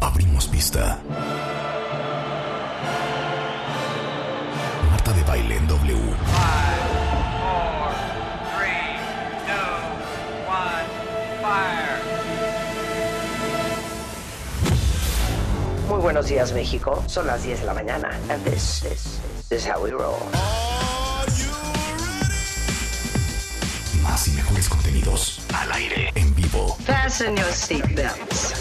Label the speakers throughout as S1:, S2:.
S1: damos pista. Marta de baile en W.
S2: four, three, two, one, fire.
S3: Muy buenos días, México. Son las 10 de la mañana. And this is, this is how we roll.
S1: Más y mejores contenidos. Al aire. En vivo.
S3: Fasten your seatbelts.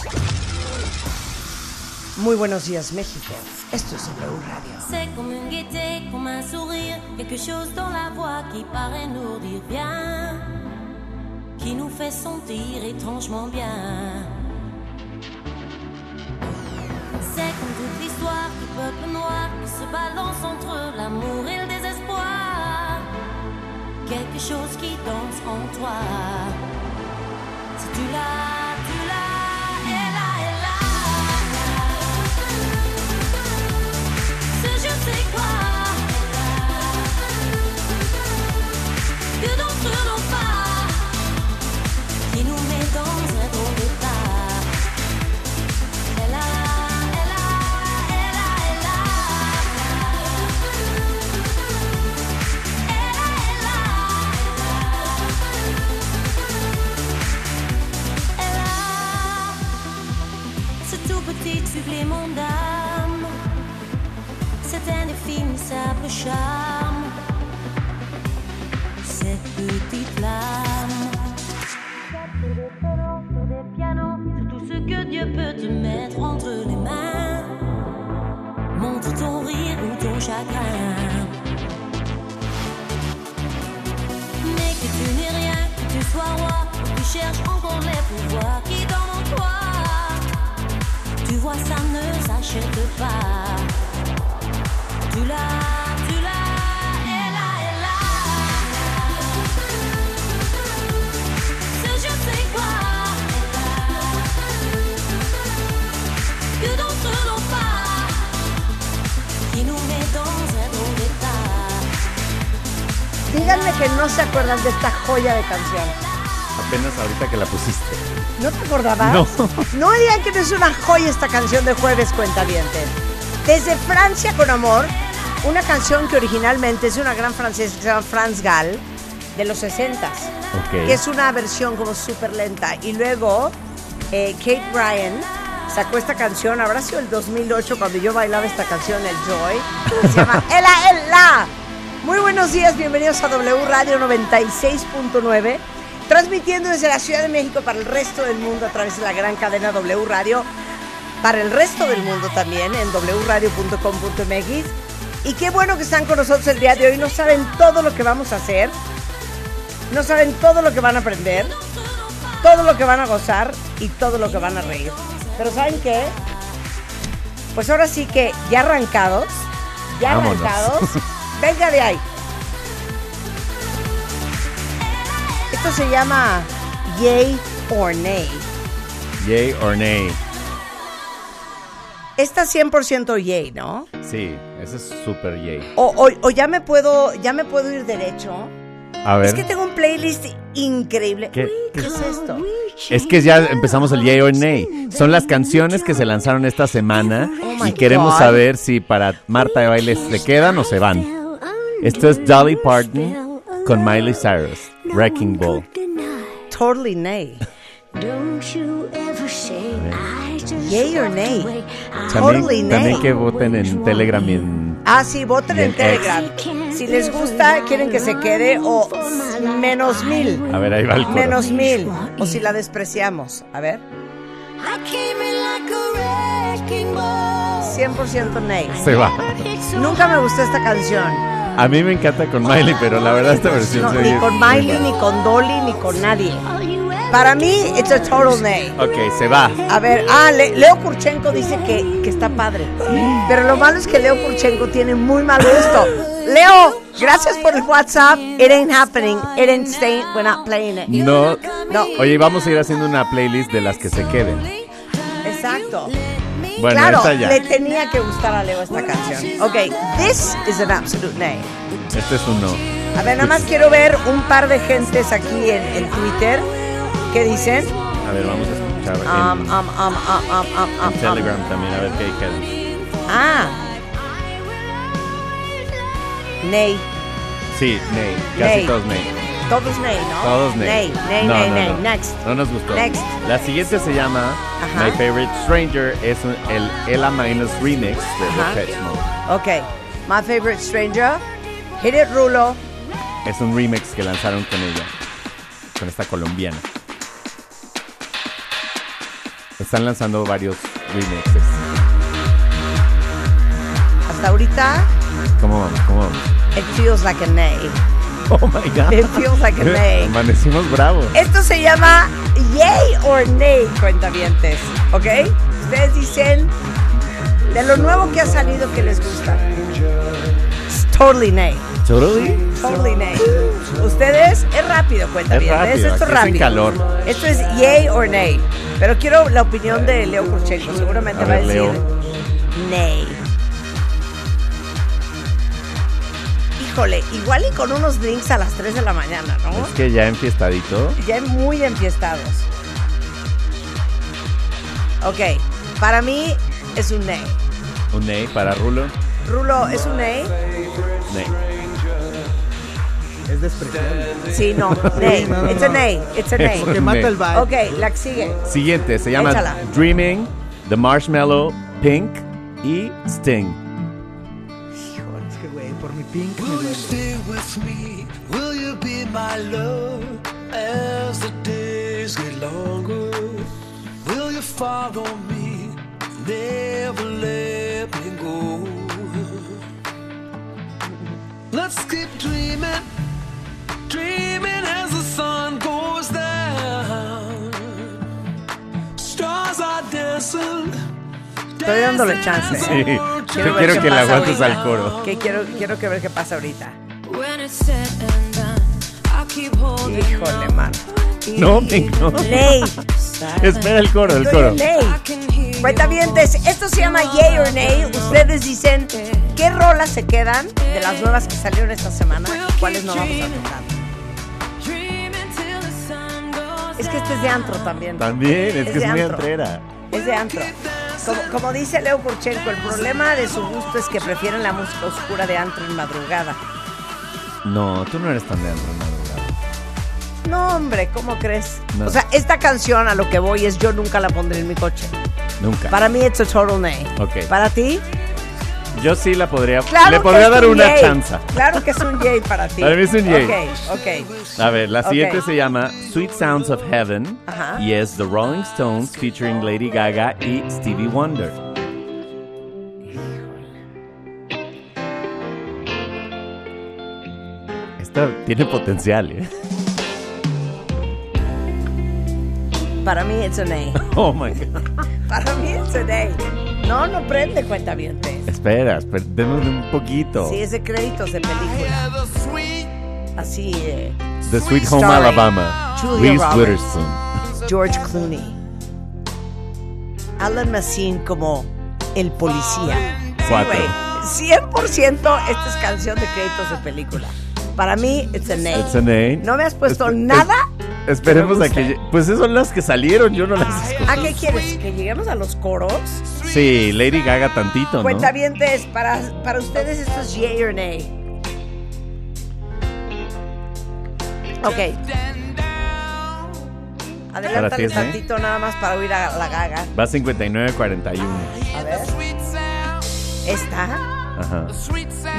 S3: Muy buenos días, México. Esto es W Radio.
S4: C'est comme une gaieté, comme un sourire, quelque chose dans la voix qui paraît nous dire bien, qui nous fait sentir étrangement bien. C'est comme toute l'histoire du peuple noir qui se balance entre l'amour et le désespoir. Quelque chose qui danse en toi. Si tu l'as, tu l'as, et là, et là. Ce je sais quoi Que d'entre eux n'ont pas Qui nous met dans un drôle d'état Elle a, elle a, elle a, elle a Elle a, elle a Elle a Ce tout petit supplément d'âme cet indéfinissable charme, cette petite flamme. Sur des solos, sur des pianos, sur tout ce que Dieu peut te mettre entre les mains. Montre ton rire ou ton chagrin. Mais que tu n'es rien, que tu sois roi, que tu cherches encore les pouvoirs qui dorment en toi. Tu vois, ça ne s'achète pas. Tu l'as, tu l'as, et là, et là. Ce je sais quoi. Que d'autres n'ont pas. Qui nous met dans un drôle d'état.
S3: Díganme que no se acuerdan de esta joya de canción.
S5: Apenas ahorita que la pusiste.
S3: ¿No te acordabas?
S5: No.
S3: No digan que no es una joya esta canción de Jueves Cuentavientes. Desde Francia con Amor, una canción que originalmente es de una gran francesa que se llama Franz Gall, de los 60s.
S5: Ok.
S3: que es una versión como súper lenta. Y luego eh, Kate Bryan sacó esta canción, habrá sido el 2008 cuando yo bailaba esta canción, el Joy, que se llama Ela Ela. Muy buenos días, bienvenidos a W Radio 96.9, transmitiendo desde la Ciudad de México para el resto del mundo a través de la gran cadena W Radio, para el resto del mundo también en wradio.com.mx. Y qué bueno que están con nosotros el día de hoy, no saben todo lo que vamos a hacer. No saben todo lo que van a aprender, todo lo que van a gozar y todo lo que van a reír. Pero ¿saben qué? Pues ahora sí que ya arrancados, ya
S5: Vámonos.
S3: arrancados, venga de ahí. Esto se llama Yay or Nay.
S5: Yay or nay.
S3: Está 100% yay, ¿no?
S5: Sí, ese es súper yay.
S3: O, o- o ya me puedo ya me puedo ir derecho.
S5: A ver.
S3: Es que tengo un playlist increíble.
S5: ¿Qué-
S3: ¿Qué es esto?
S5: Es que ya empezamos el yay or nay. Son las canciones que se lanzaron esta semana
S3: Oh my
S5: y queremos
S3: God.
S5: saber si para Marta de Baile se quedan o se van. Esto es Dolly Parton con Miley Cyrus, Wrecking Ball.
S3: Totally nay. Yay
S6: Yay
S3: or nay? Totally
S5: También,
S3: nay.
S5: también que voten en Telegram y en...
S3: Ah, sí, voten
S5: Y
S3: en
S5: en
S3: Telegram. Si les gusta, quieren que se quede o menos mil.
S5: A ver, ahí va el coro.
S3: Menos mil. O si la despreciamos. A ver. 100% Ney.
S5: Se va.
S3: Nunca me gustó esta canción.
S5: A mí me encanta con Miley, pero la verdad esta versión
S3: No,
S5: se
S3: ni
S5: oye
S3: con
S5: muy
S3: Miley,
S5: mal.
S3: ni con Dolly, ni con nadie. Para mí, it's a total Ney.
S5: Ok, se va.
S3: A ver, ah, Le- Leo Kurchenko dice que, que está padre. Pero lo malo es que Leo Kurchenko tiene muy mal gusto. Leo, gracias por el WhatsApp. It ain't happening. It ain't staying. We're not playing it.
S5: No,
S3: No.
S5: Oye, vamos a ir haciendo una playlist de las que se queden.
S3: Exacto.
S5: Bueno,
S3: claro,
S5: esta ya.
S3: le tenía que gustar a Leo esta canción. Ok, this is an absolute name.
S5: Este es uno.
S3: A ver, nada más quiero ver un par de gentes aquí en, en Twitter que dicen,
S5: A ver, vamos a escuchar. escuchar
S3: Um,
S5: en,
S3: um, um, um, um, um, um,
S5: en
S3: um.
S5: Telegram también, a ver qué hay que hacer.
S3: Ah, Ney.
S5: Sí, Ney, casi
S3: Ney.
S5: todos Ney.
S3: Todos Ney, ¿no?
S5: Todos Ney.
S3: Ney, Ney,
S5: No,
S3: Ney,
S5: no,
S3: Ney.
S5: no.
S3: Next.
S5: No nos gustó.
S3: Next.
S5: La siguiente se llama
S3: Ajá.
S5: My Favorite Stranger, es un- el Ella Minus Remix de
S3: Ajá.
S5: Depeche Mode.
S3: Ok. My favorite stranger. Hit it, Rulo.
S5: Es un remix que lanzaron con ella, con esta colombiana. Están lanzando varios remixes.
S3: Hasta ahorita,
S5: ¿Cómo vamos? ¿Cómo vamos?
S3: it feels like a Ney.
S5: Oh my god.
S3: It feels like a ney.
S5: Amanecimos bravos.
S3: Esto se llama Yay or Nay, cuentavientes. ¿Ok? Ustedes dicen de lo nuevo que ha salido que les gusta. It's totally Nay.
S5: Totally.
S3: Totally Nay. Ustedes, es rápido, cuentavientes.
S5: rápido,
S3: Esto es
S5: aquí es en
S3: rápido.
S5: calor.
S3: Esto es Yay or Nay. Pero quiero la opinión de Leo Kurchenko. Seguramente
S5: A
S3: va a
S5: ver,
S3: decir
S5: Leo.
S3: Nay. Híjole, igual y con unos drinks a las 3 de la mañana, ¿no?
S5: Es que ya enfiestadito.
S3: ya muy enfiestados. Ok, para mí es un ney.
S5: Un ney para Rulo.
S3: Rulo, ¿es un ney?
S5: Ney.
S6: Es despreciable.
S3: Sí, no, ney.
S6: no, no,
S3: It's a
S6: no.
S3: ney, it's a ney.
S6: Porque
S5: Un
S6: mata
S5: ney.
S6: el vibe.
S3: Ok, la que sigue.
S5: Siguiente se llama
S3: Échala.
S5: Dreaming, The Marshmallow, Pink y Sting.
S6: Híjole, es que, güey, por mi pink me duele.
S7: Stay with me, will you be my love as the days get longer? Will you follow me? Never let me go. Let's keep dreaming, dreaming as the sun goes down. Stars are dancing.
S3: Estoy dándole chance.
S5: Sí.
S7: dancing all
S5: Yo
S3: ver
S5: quiero
S3: qué
S5: que la
S3: pasa
S5: aguantes
S3: ahorita.
S5: al coro.
S3: Que quiero, quiero que ver qué pasa ahorita.
S4: When it's said and done, I keep holding
S3: Híjole,
S4: on.
S3: man.
S5: No, Pink, no.
S3: Ney,
S5: Espera el coro, el
S3: soy
S5: coro.
S3: un ney.
S4: I can hear your
S3: Cuentavientes, esto se llama Yay or Nay. Ustedes dicen qué rolas se quedan de las nuevas que salieron esta semana y cuáles no vamos a tocar.
S4: dream until the sun goes
S3: Es que este es de antro también.
S5: También, es
S3: Es
S5: que es
S3: de
S5: muy
S3: antro.
S5: entrera.
S3: Es de antro. Como, como dice Leo Kurchenko, el problema de su gusto es que prefieren la música oscura de antro en madrugada.
S5: No, tú no eres tan de antro, madrugada.
S3: No, hombre, ¿cómo crees?
S5: No.
S3: O sea, esta canción a lo que voy es yo nunca la pondré en mi coche.
S5: Nunca.
S3: Para mí, it's a total nay.
S5: Ok.
S3: Para ti,
S5: Yo sí la podría.
S3: claro
S5: le
S3: que
S5: podría
S3: es
S5: dar
S3: un
S5: una
S3: yay.
S5: chanza.
S3: Claro que es un yay para ti.
S5: Para mí es un yay.
S3: Ok, ok.
S5: A ver, la
S3: Ok.
S5: siguiente se llama Sweet Sounds of Heaven
S3: Ajá.
S5: y es The Rolling Stones featuring Lady Gaga y Stevie Wonder. Esta tiene potencial, ¿eh?
S3: Para mí, it's a nay.
S5: Oh my god.
S3: Para mí, it's a nay. No, no prende cuenta bien.
S5: Espera, espera, démosle un poquito.
S3: Sí, es de créditos de película.
S7: Have a sweet
S3: Así, eh,
S5: The Sweet Home
S3: Starring
S5: Alabama.
S3: Julia
S5: Reese
S3: Roberts.
S5: Witherspoon.
S3: George Clooney. Alan Massin como el policía.
S5: Cuatro.
S3: Sí, güey. 100% esta es canción de créditos de película. Para mí, it's a name.
S5: It's a name.
S3: No me has puesto
S5: Espe-
S3: nada.
S5: es- Esperemos
S3: que me
S5: a que.
S3: guste.
S5: lle- Pues esas son las que salieron, yo no las escuché.
S3: ¿A qué quieres? ¿Que lleguemos a los coros?
S5: Sí, Lady Gaga tantito,
S3: Pues,
S5: ¿no?
S3: Cuentavientes, para, para ustedes esto es yay or nay. Ok.
S5: ti
S3: Adelántale
S5: es nay.
S3: tantito nada más para oír a la gaga.
S5: Va 59-41.
S3: A ver. Esta.
S5: Ajá.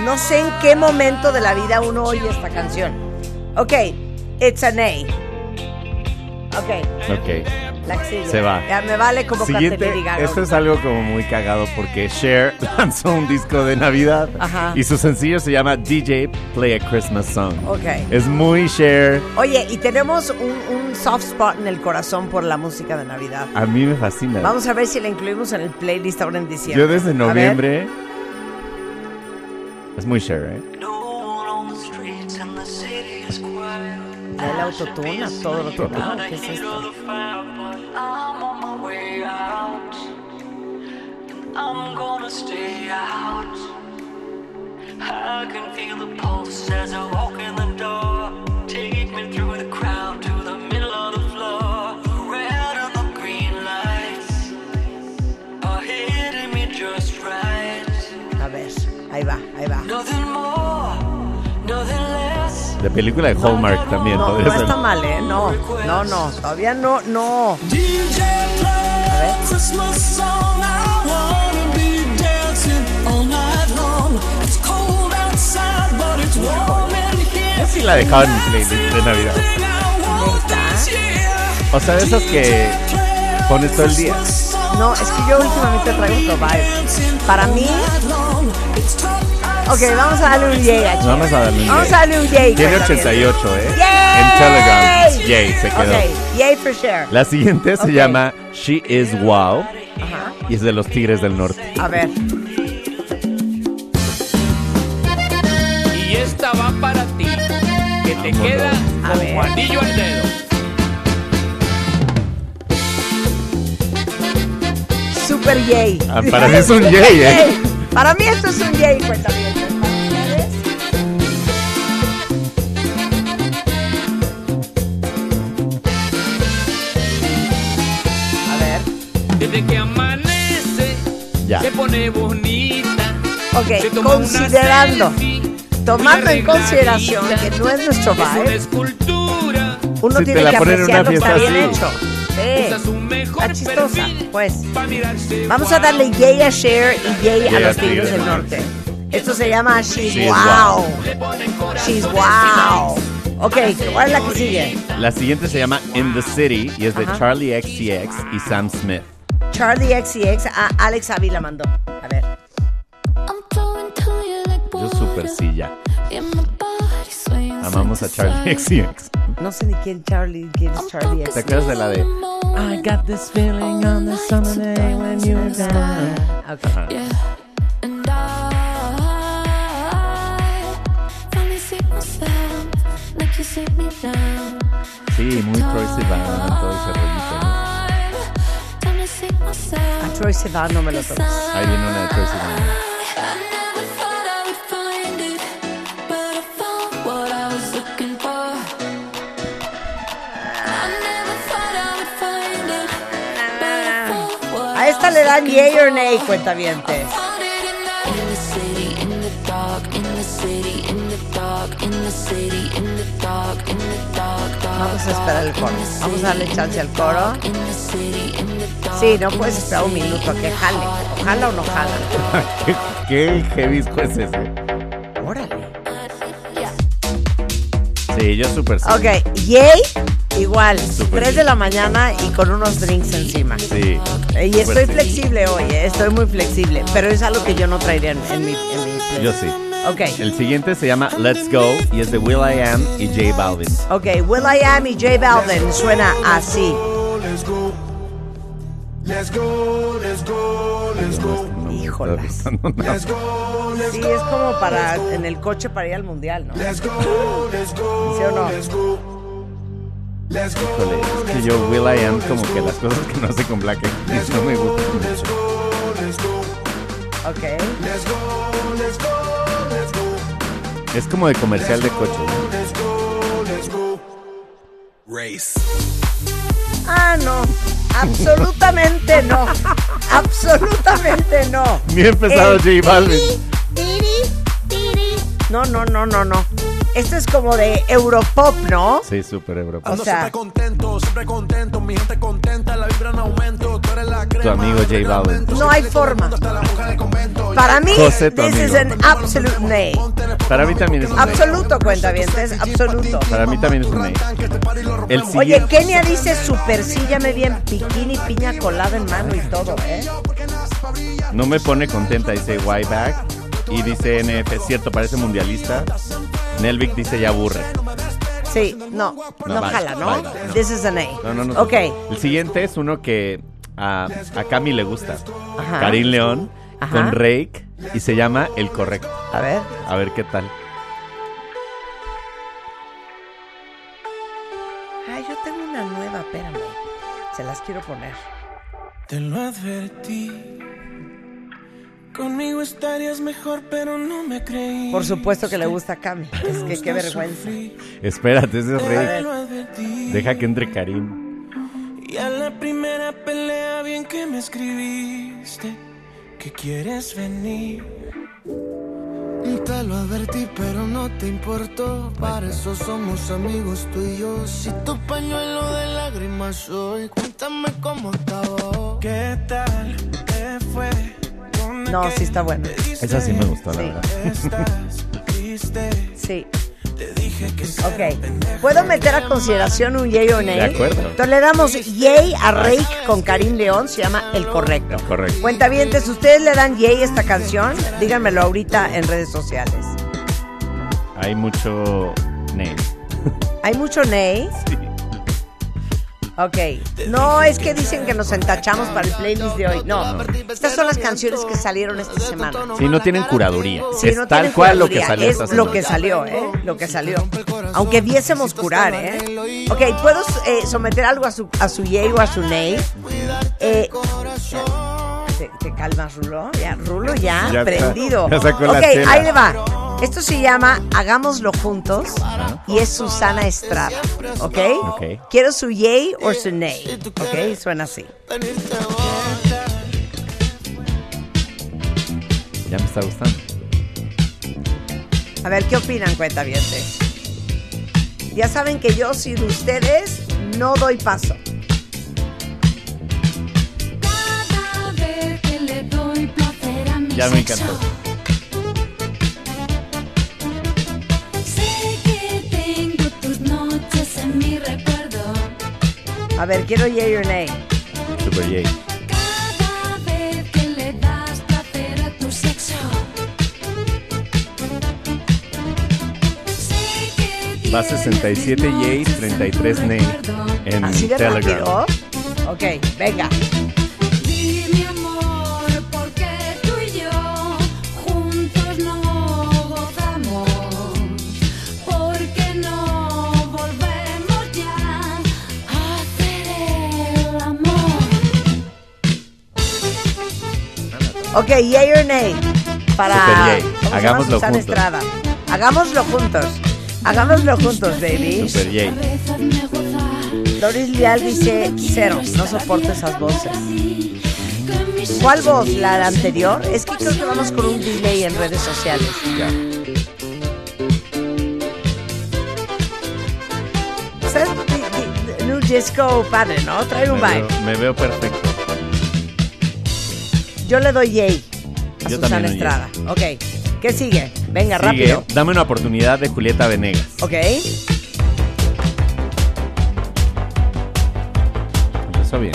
S3: No sé en qué momento de la vida uno oye esta canción. Ok, it's an A. Ok,
S5: Ok.
S3: la que sigue.
S5: Se va.
S3: Ya, me vale como
S5: Siguiente,
S3: Caterina Gaga.
S5: esto es algo como muy cagado porque Cher lanzó un disco de Navidad
S3: Ajá.
S5: y su sencillo se llama DJ Play a Christmas Song.
S3: Ok.
S5: Es muy Cher,
S3: Oye, y tenemos un, un soft spot en el corazón por la música de Navidad.
S5: a mí me fascina.
S3: Vamos a ver si la incluimos en el playlist ahora en diciembre.
S5: Yo desde
S3: A ver.
S5: noviembre... Es muy Cher, ¿eh?
S3: Ya el autotune a todo lo que da, ¿o ¿Qué es esto?
S8: I'm gonna stay out. I can feel the pulse as I walk in the door. Take me through the crowd to the middle of the floor. The red and the green
S3: Ahí va, ahí va.
S8: Nothing more, nothing less.
S5: De película de Hallmark también.
S3: No,
S5: podría
S3: no
S5: ser.
S3: está mal, ¿eh? No, no, no. Todavía no, no.
S7: DJ play
S3: ver.
S7: a Christmas song. I wanna be dancing all night long. It's cold outside, but it's warm in here.
S5: Yo sí la dejaba en mi playlist de Navidad.
S7: Thing I want
S3: Ah.
S7: this year.
S5: O sea, de esas que pones todo el día.
S3: No, es que yo últimamente traigo otro vibe. Para mí. Ok, vamos a darle un yay a Cher.
S5: Vamos a darle un
S3: Vamos
S5: yay.
S3: a darle un yay.
S5: Tiene
S3: cuenta bien.
S5: 88, ¿eh?
S3: ¡Yay!
S5: En Telegram. Yay, se quedó.
S3: Ok, yay for Cher.
S5: La siguiente se
S3: Ok.
S5: llama She is Wow y es de los Tigres del Norte.
S3: A ver.
S9: Y esta va para ti, que te
S5: Vámonos.
S9: queda
S3: A
S9: con
S3: ver.
S9: Juanillo al dedo.
S3: Super yay.
S5: Ah, para mí es un yay, ¿eh?
S3: Yay. Para mí esto es un yay, pues, cuenta bien. A ver.
S9: Desde que amanece,
S5: Ya.
S9: se pone bonita. se
S3: Ok,
S9: toma una
S3: considerando,
S9: selfie,
S3: tomando
S9: muy
S3: en consideración que no es nuestro
S9: arregladita, es una
S3: vibe,
S9: escultura,
S3: uno
S5: Si te
S3: tiene
S5: la
S3: que
S5: ponen en una
S3: apreciar lo que está
S5: fiesta
S3: bien hecho.
S5: así.
S9: usa
S3: Sí,
S9: su mejor
S3: está chistosa,
S9: perfil
S3: pues.
S9: pa' mirarse
S3: Vamos a
S9: guapa.
S3: darle yay a Cher y yay, a
S5: Yay a
S3: los Tigres
S5: Tigres
S3: del
S5: del
S3: Norte. Esto se llama She's
S5: She's
S3: Wow.
S9: Le ponen corazón
S3: She's Wow. Ok, ¿cuál es la que sigue?
S5: La siguiente se llama In the City y es de
S3: Ajá.
S5: Charlie XCX y Sam Smith.
S3: Charlie XCX a Ah, Alex Ávila mandó. A ver.
S5: Yo super sí ya. Amamos a Charlie XCX.
S3: No sé ni quién Charlie, quién es Charlie
S5: ¿Te
S3: XCX.
S5: acuerdas de la de I got this feeling on the summer day when you were down?
S3: Ah, ok.
S5: Sí, muy Troy Sivan, todo ese rollito. ¿no?
S3: A Troy Sivan no me lo toques.
S5: Ahí viene una de Troy Sivan.
S3: A esta le dan yay or nay, cuenta vientes. Vamos a esperar el coro. Vamos a darle chance al coro. Sí, no puedes esperar un minuto a que jale. O jala o no jala.
S5: ¿Qué, qué jebisco es ese?
S3: Órale.
S5: Sí, yo super sí.
S3: Ok, yay, igual.
S5: Súper
S3: 3 de la mañana y con unos drinks encima.
S5: Sí.
S3: Eh, Y estoy
S5: sí.
S3: flexible hoy, eh, estoy muy flexible. Pero es algo que yo no traería en, en mi, en mi playlist.
S5: Yo sí.
S3: Ok.
S5: El siguiente se llama Let's Go y es de Will I Am y J Balvin.
S3: Ok, Will I Am y J Balvin suena así.
S7: Let's go. Let's go, let's go, let's go.
S5: No me está
S3: Híjolas.
S5: gustando nada.
S7: Let's go, let's
S3: Sí,
S7: go.
S3: es como para en el coche para ir al mundial, ¿no?
S7: Let's go, let's go,
S3: ¿Sí o no?
S7: let's go. Let's go,
S5: Híjole, es que yo Will I Am como que las cosas que no hace con Black Eyed Peas no me gustan
S7: let's
S5: mucho.
S7: go, let's go,
S3: Ok.
S7: let's go, let's go, let's go,
S5: Es como de comercial de coche. ¿no?
S7: let's go, let's go. Race.
S3: Ah, no. Absolutamente no. Absolutamente no. Eh,
S5: Bien pesado
S3: El
S5: J Balvin.
S3: No, no, no, no, no. Esto es como de Europop, ¿no?
S5: Sí, súper Europa.
S7: Ando
S3: O sea-
S7: siempre contento, siempre contento, mi gente contenta, la vibra en aumento, tú eres la crema.
S5: amigo J Balvin.
S3: No hay forma. Para mí,
S5: José, tu
S3: this is
S5: amigo.
S3: an absolute nay.
S5: Para mí también es un nay.
S3: Absoluto, cuentavientes, absoluto.
S5: Para mí también es un nay. El
S3: Oye,
S5: siguiente,
S3: Kenia dice super sí, ya me vi en bikini, piña colada en mano y todo, ¿eh?
S5: no me pone contenta, dice Why Back. Y dice NF, cierto, parece mundialista. Nelvic dice ya aburre.
S3: Sí, no, no,
S5: No, bye,
S3: jala, ¿no?
S5: bye, bye, no.
S3: This is an A.
S5: No, no, no.
S3: Ok,
S5: El siguiente es uno que a, a Cami le gusta.
S3: Ajá.
S5: Karim León
S3: Ajá.
S5: con Rake y se llama El Correcto.
S3: a ver.
S5: A ver qué tal.
S3: Ay, yo tengo una nueva, espérame. Se las quiero poner.
S10: Te lo advertí. Conmigo estarías mejor, pero no me creí.
S3: Por supuesto que le gusta a Cami. Este Es que qué vergüenza.
S5: Espérate, ese es
S3: A
S5: Rake.
S3: ver.
S10: Lo advertí.
S5: Deja que entre Karim.
S10: Y a la primera pelea, bien que me escribiste, que quieres venir.
S7: Te lo advertí, pero no te importó. Para eso somos amigos tú y yo. Si tu pañuelo de lágrimas soy, cuéntame cómo estaba. ¿Qué tal te fue?
S3: No, sí está bueno.
S5: Esa sí me gustó, la
S3: Sí.
S5: verdad.
S3: Sí. Ok. ¿Puedo meter a consideración un yay o nay?
S5: De acuerdo.
S3: Entonces le damos yay a Rake con Karim León, se llama El Correcto.
S5: Correcto.
S3: Cuentavientes, ¿ustedes le dan yay a esta canción? Díganmelo ahorita en redes sociales.
S5: Hay mucho name.
S3: ¿Hay mucho nay? Ok. No es que dicen que nos entachamos para el playlist de hoy. No. Estas son las canciones que salieron esta semana.
S5: Sí, no tienen curaduría.
S3: Sí,
S5: es
S3: no
S5: tal
S3: tiene
S5: cual lo que
S3: curaduría,
S5: salió.
S3: Es
S5: esta
S3: lo
S5: semana.
S3: que salió, ¿eh? Lo que salió. Aunque viésemos curar, ¿eh? Ok, ¿puedo eh, someter algo a su, a su yay o a su nay? Eh, ¿te, te calmas, Rulo? Ya, Rulo ya,
S5: Ya está,
S3: prendido.
S5: ya sacó la
S3: ok,
S5: chela.
S3: ahí le va. Esto se llama Hagámoslo Juntos y es Susana Estrada, ¿ok?
S5: Ok.
S3: Quiero su yay o su nay, ¿ok? Suena así.
S5: Ya me está gustando.
S3: A ver, ¿qué opinan, cuentavientes? Ya saben que yo sin ustedes no doy paso.
S4: Cada vez que le doy placer a mi
S5: Ya me
S4: sexo,
S5: encantó.
S4: Sé que tengo tus noches en mi recuerdo.
S3: A ver, quiero yay or nay.
S5: Super J.
S4: Cada vez que le das placer a tu sexo. Sé que
S5: Va 67 J, 33 Ney en
S3: Así de
S5: Telegram.
S3: rápido. Ok, venga.
S4: Di mi amor, porque tú y yo juntos no gozamos, porque no volvemos ya a hacer el amor.
S3: Ok, yay or nay. Para.
S5: Super yay.
S3: ¿cómo se llama
S5: Hagámoslo
S3: Susana
S5: juntos.
S3: Estrada? Hagámoslo juntos. Hagámoslo juntos, baby.
S5: Super J.
S4: Hazme gozar,
S3: Doris Leal dice cero. No soporto esas voces.
S4: que mis
S3: ¿Cuál voz? ¿La la anterior? Es que creo que vamos con un delay en redes sociales.
S5: Ya.
S3: ¿Sabes? Di- di- New disco padre, ¿no? Trae un
S5: Me veo,
S3: vibe.
S5: me veo perfecto.
S3: Yo le doy yay a
S5: Yo
S3: Susana
S5: también un yay.
S3: Estrada. Ok. ¿Qué sigue? Venga,
S5: Sigue,
S3: rápido.
S5: Dame una oportunidad de Julieta Venegas.
S3: Ok.
S5: Empezó bien.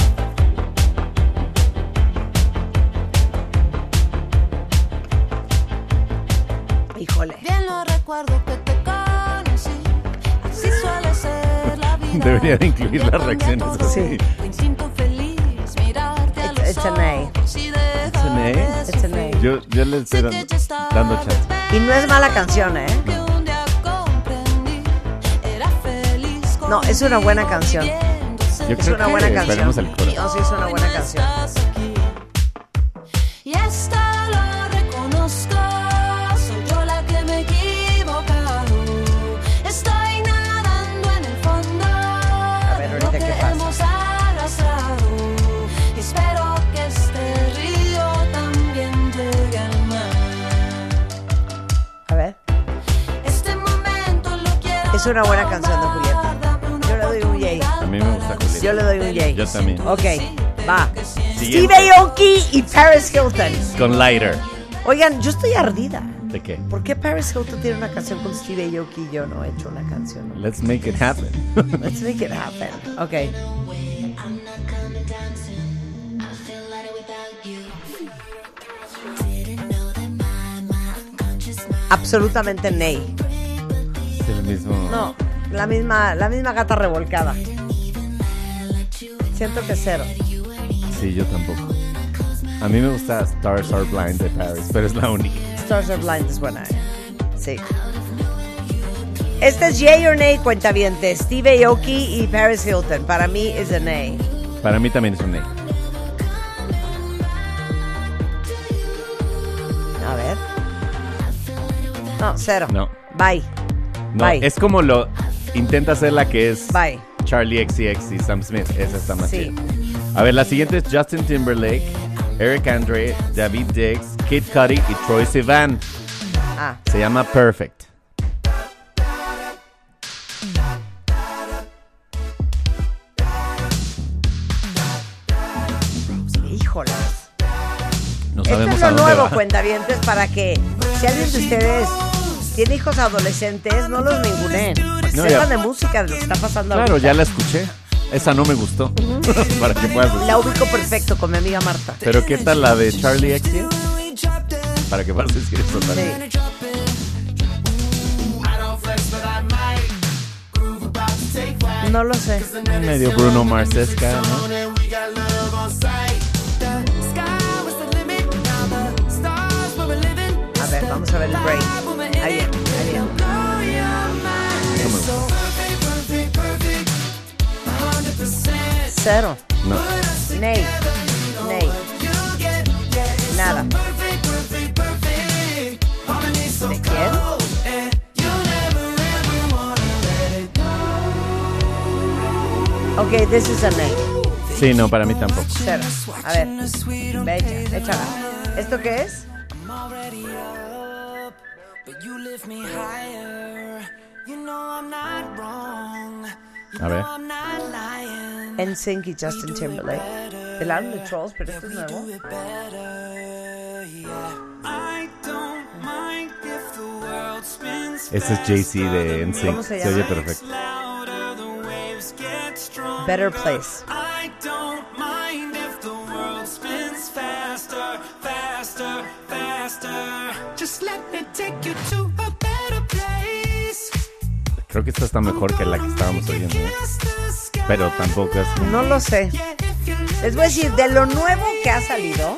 S3: Híjole.
S11: Bien lo recuerdo que te conocí. Así suele ser la vida.
S5: Debería de incluir las reacciones así.
S11: Tu instinto feliz, mirarte a los
S3: It's an A.
S11: ojos y dejar
S5: an A.
S11: de
S3: It's an A.
S11: sufrir.
S5: Yo, yo le estoy dando, dando chance.
S3: Y no es mala canción, ¿eh?
S11: Que un día comprendí, era feliz
S3: No, es una buena canción. Es
S5: Yo creo
S3: una
S5: que
S3: buena
S5: esperemos
S3: canción.
S5: el coro.
S3: No, sí, es una buena canción.
S11: estás aquí. Y esto lo reconozco, soy yo la que me he equivocado. Estoy nadando en el fondo. A
S3: ver, ahorita, ¿qué pasa?
S11: Hemos arrastrado. Espero que este río también llegue al mar.
S3: A ver.
S11: Este momento lo quiero.
S3: Es una buena canción de Julieta. Yo le doy un yay.
S5: A mí me gusta Julieta.
S3: Yo le doy un yay.
S5: Yo también.
S3: Ok, va.
S5: Siguiente.
S3: Steve Aoki y Paris Hilton.
S5: Con Lighter.
S3: Oigan, yo estoy ardida.
S5: ¿De qué?
S3: ¿Por qué Paris Hilton tiene una canción con Steve Aoki y yo no he hecho una canción?
S5: Let's make it happen.
S3: Let's make it happen. Ok. Absolutamente Ney.
S5: es el mismo.
S3: No, la misma, la misma gata revolcada. Siento que cero.
S5: Sí, yo tampoco. A mí me gusta Stars Are Blind de Paris, pero es la única.
S3: Stars are blind es buena. eh. Sí. Este es Jay or Nay cuentaviente. Steve Aoki y Paris Hilton. Para mí es a Nay.
S5: Para mí también es un A.
S3: A ver. No, cero.
S5: No.
S3: Bye.
S5: No,
S3: Bye.
S5: es como lo intenta hacer la que es
S3: Bye.
S5: Charlie XCX y Sam Smith. Esa está más
S3: Sí.
S5: chida. A ver, la siguiente es Justin Timberlake, Eric Andre, David Diggs, Kid Cudi y Troy Sivan.
S3: Ajá.
S5: Se llama Perfect.
S3: Híjole.
S5: No
S3: Esto
S5: sabemos
S3: es
S5: a
S3: lo
S5: dónde
S3: nuevo, pues,
S5: va.
S3: cuentavientes, para que si alguien de ustedes tiene hijos adolescentes, no los ninguneen.
S5: No,
S3: Sepan de
S5: ya.
S3: música, de lo que está pasando
S5: Claro,
S3: ahorita.
S5: ya la escuché. Esa no me gustó.
S3: Ujú.
S5: Para que puedas escuchar.
S3: La ubico perfecto con mi amiga Marta.
S5: Pero ¿qué tal la de Charlie XCX? Para que puedas decir eso también.
S3: No lo sé.
S5: Medio Bruno Marsesca, ¿no?
S3: A ver, vamos a ver el break. Ahí, ahí. Cero.
S5: No.
S3: Ney. Ney. Nada. ¿De quién? Ok, this is a ney.
S5: Sí, no, para mí tampoco.
S3: Cero. A ver. Ve, echa- échala. ¿Esto qué es?
S5: A ver.
S3: NSYNC y Justin Timberlake. El álbum de Trolls, pero esto es nuevo.
S5: Ese es Jay-Z de NSYNC.
S3: ¿Cómo se
S5: Se,
S3: llama?
S5: oye perfecto.
S3: Better Place.
S7: I don't mind if the world spins faster, faster, faster. Just let me take you to a better place.
S5: Creo que esta está mejor que la que estábamos oyendo. ¿eh? Pero tampoco es.
S3: No lo sé. Les voy a decir, de lo nuevo que ha salido,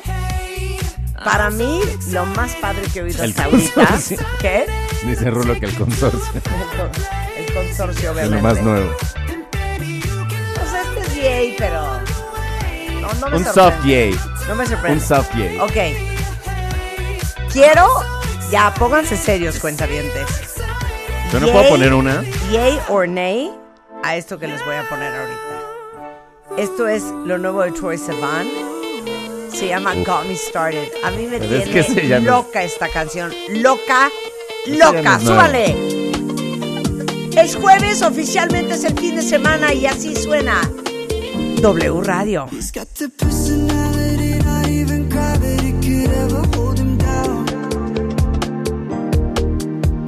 S3: para mí, lo más padre que he oído
S5: El
S3: hasta ahorita,
S5: consorcio.
S3: ¿qué?
S5: Dice Rulo que el consorcio.
S3: El, con- el consorcio,
S5: Es
S3: obviamente.
S5: lo más nuevo.
S3: O sea, este es yay, pero... No, no me
S5: Un
S3: sorprende.
S5: soft yay.
S3: No me sorprende.
S5: Un soft yay.
S3: Ok. Quiero... Ya, pónganse serios, cuentavientes.
S5: Yo no
S3: Yay.
S5: puedo poner una.
S3: Yay or nay a esto que les voy a poner ahorita. Esto es lo nuevo de Troy Sivan. Se llama
S5: Uf.
S3: Got Me Started. A mí me
S5: Pero es
S3: tiene
S5: que ese ya no es-
S3: loca esta canción. Loca,
S5: ya no
S3: loca.
S5: es nuevo.
S3: ¡Súbale! Es jueves, oficialmente es el fin de semana y así suena. W Radio.
S12: personality, not even gravity could ever hold him down.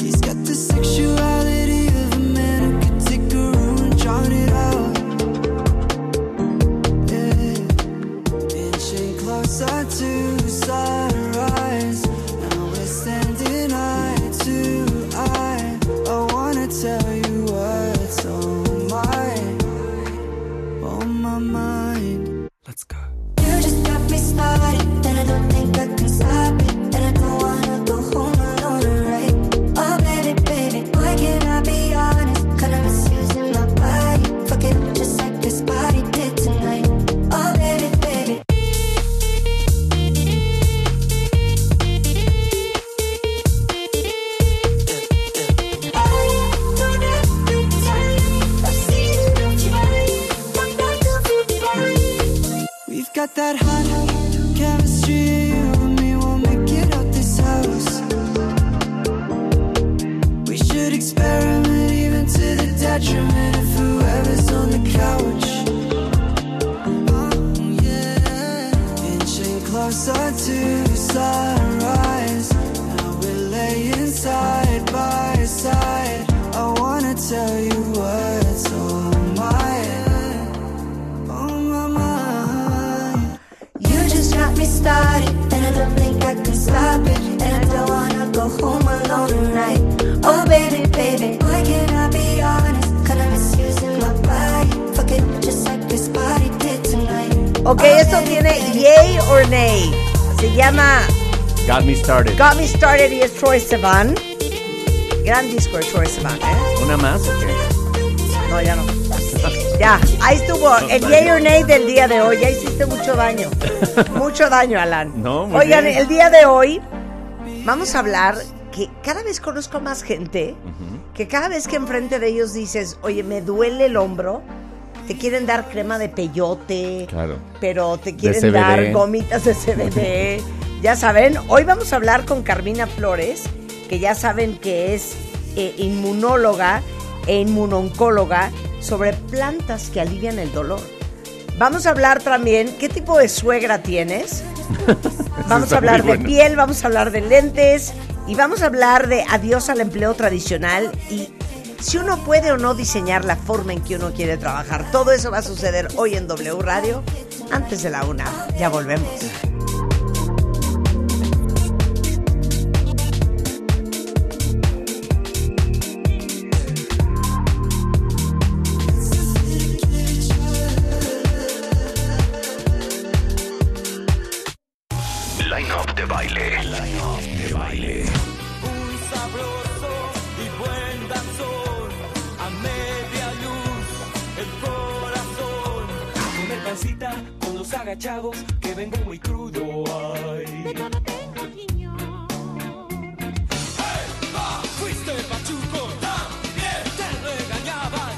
S12: He's got the sexuality of a man who could take a room and drown it out. Yeah. Inching closer to sunrise. Now we're standing eye to eye. I wanna tell you what's on my, on my mind.
S11: You just got me started, and I don't think I can stop it. And I don't wanna go home alone, alright? Oh, baby, baby, why can't I be honest? Kinda misusing my body, fuck it up just like this body did tonight. Oh, baby, baby.
S12: We've got that hot chemistry. You and me will make it out this house. We should experiment even to the detriment of whoever's on the couch. Oh, yeah. Inching closer to sunrise. Now we're laying side by side. I wanna tell you what's on my, on my mind.
S11: You just got me started, and I don't think I can stop it. And I don't wanna go home alone tonight. Oh, baby, baby, why can't I be honest? Kinda misusing my body, fuck it up just like this body did tonight. Oh,
S3: Ok, esto tiene yay or nay. Se llama
S5: Got me started.
S3: Got Me Started y es Troy Sivan. Gran disco de Troy Sivan, ¿eh?
S5: ¿Una más o qué?
S3: No, ya no. Ya, ahí estuvo el Yay or Nay del día de hoy. Ya hiciste mucho daño. Mucho daño, Alan.
S5: No, muy
S3: Oigan,
S5: bien.
S3: el día de hoy vamos a hablar que cada vez conozco a más gente que cada vez que enfrente de ellos dices, oye, me duele el hombro, te quieren dar crema de peyote,
S5: Claro.
S3: pero te
S5: De
S3: quieren
S5: CBD.
S3: dar gomitas de CBD. ya saben, hoy vamos a hablar con Carmina Flores, que ya saben que es eh, inmunóloga e inmunoncóloga, sobre plantas que alivian el dolor. Vamos a hablar también qué tipo de suegra tienes. Vamos a hablar de piel, vamos a hablar de lentes y vamos a hablar de adiós al empleo tradicional y si uno puede o no diseñar la forma en que uno quiere trabajar. Todo eso va a suceder hoy en W Radio antes de la una. Ya volvemos.
S1: Line up de baile. Line up de baile.
S7: sabroso y buen danzón a media luz el corazón comer pancita con los agachados que vengo muy crudo ay ¡Epa! fuiste pachuco también te regañaban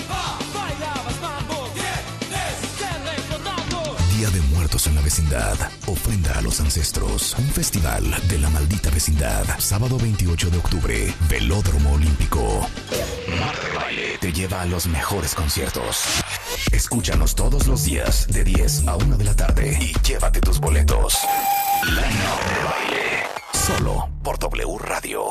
S7: ¡Epa! bailabas mambo tienes que recordarlo
S1: Día de Muertos en la Vecindad. Ofrenda a los ancestros. Un festival de la maldita vecindad. Sábado 28 de octubre. Velódromo Olímpico. Marta de Baile te lleva a los mejores conciertos. Escúchanos todos los días de 10 a 1 de la tarde y llévate tus boletos. Line Up de Baile. Solo por W Radio.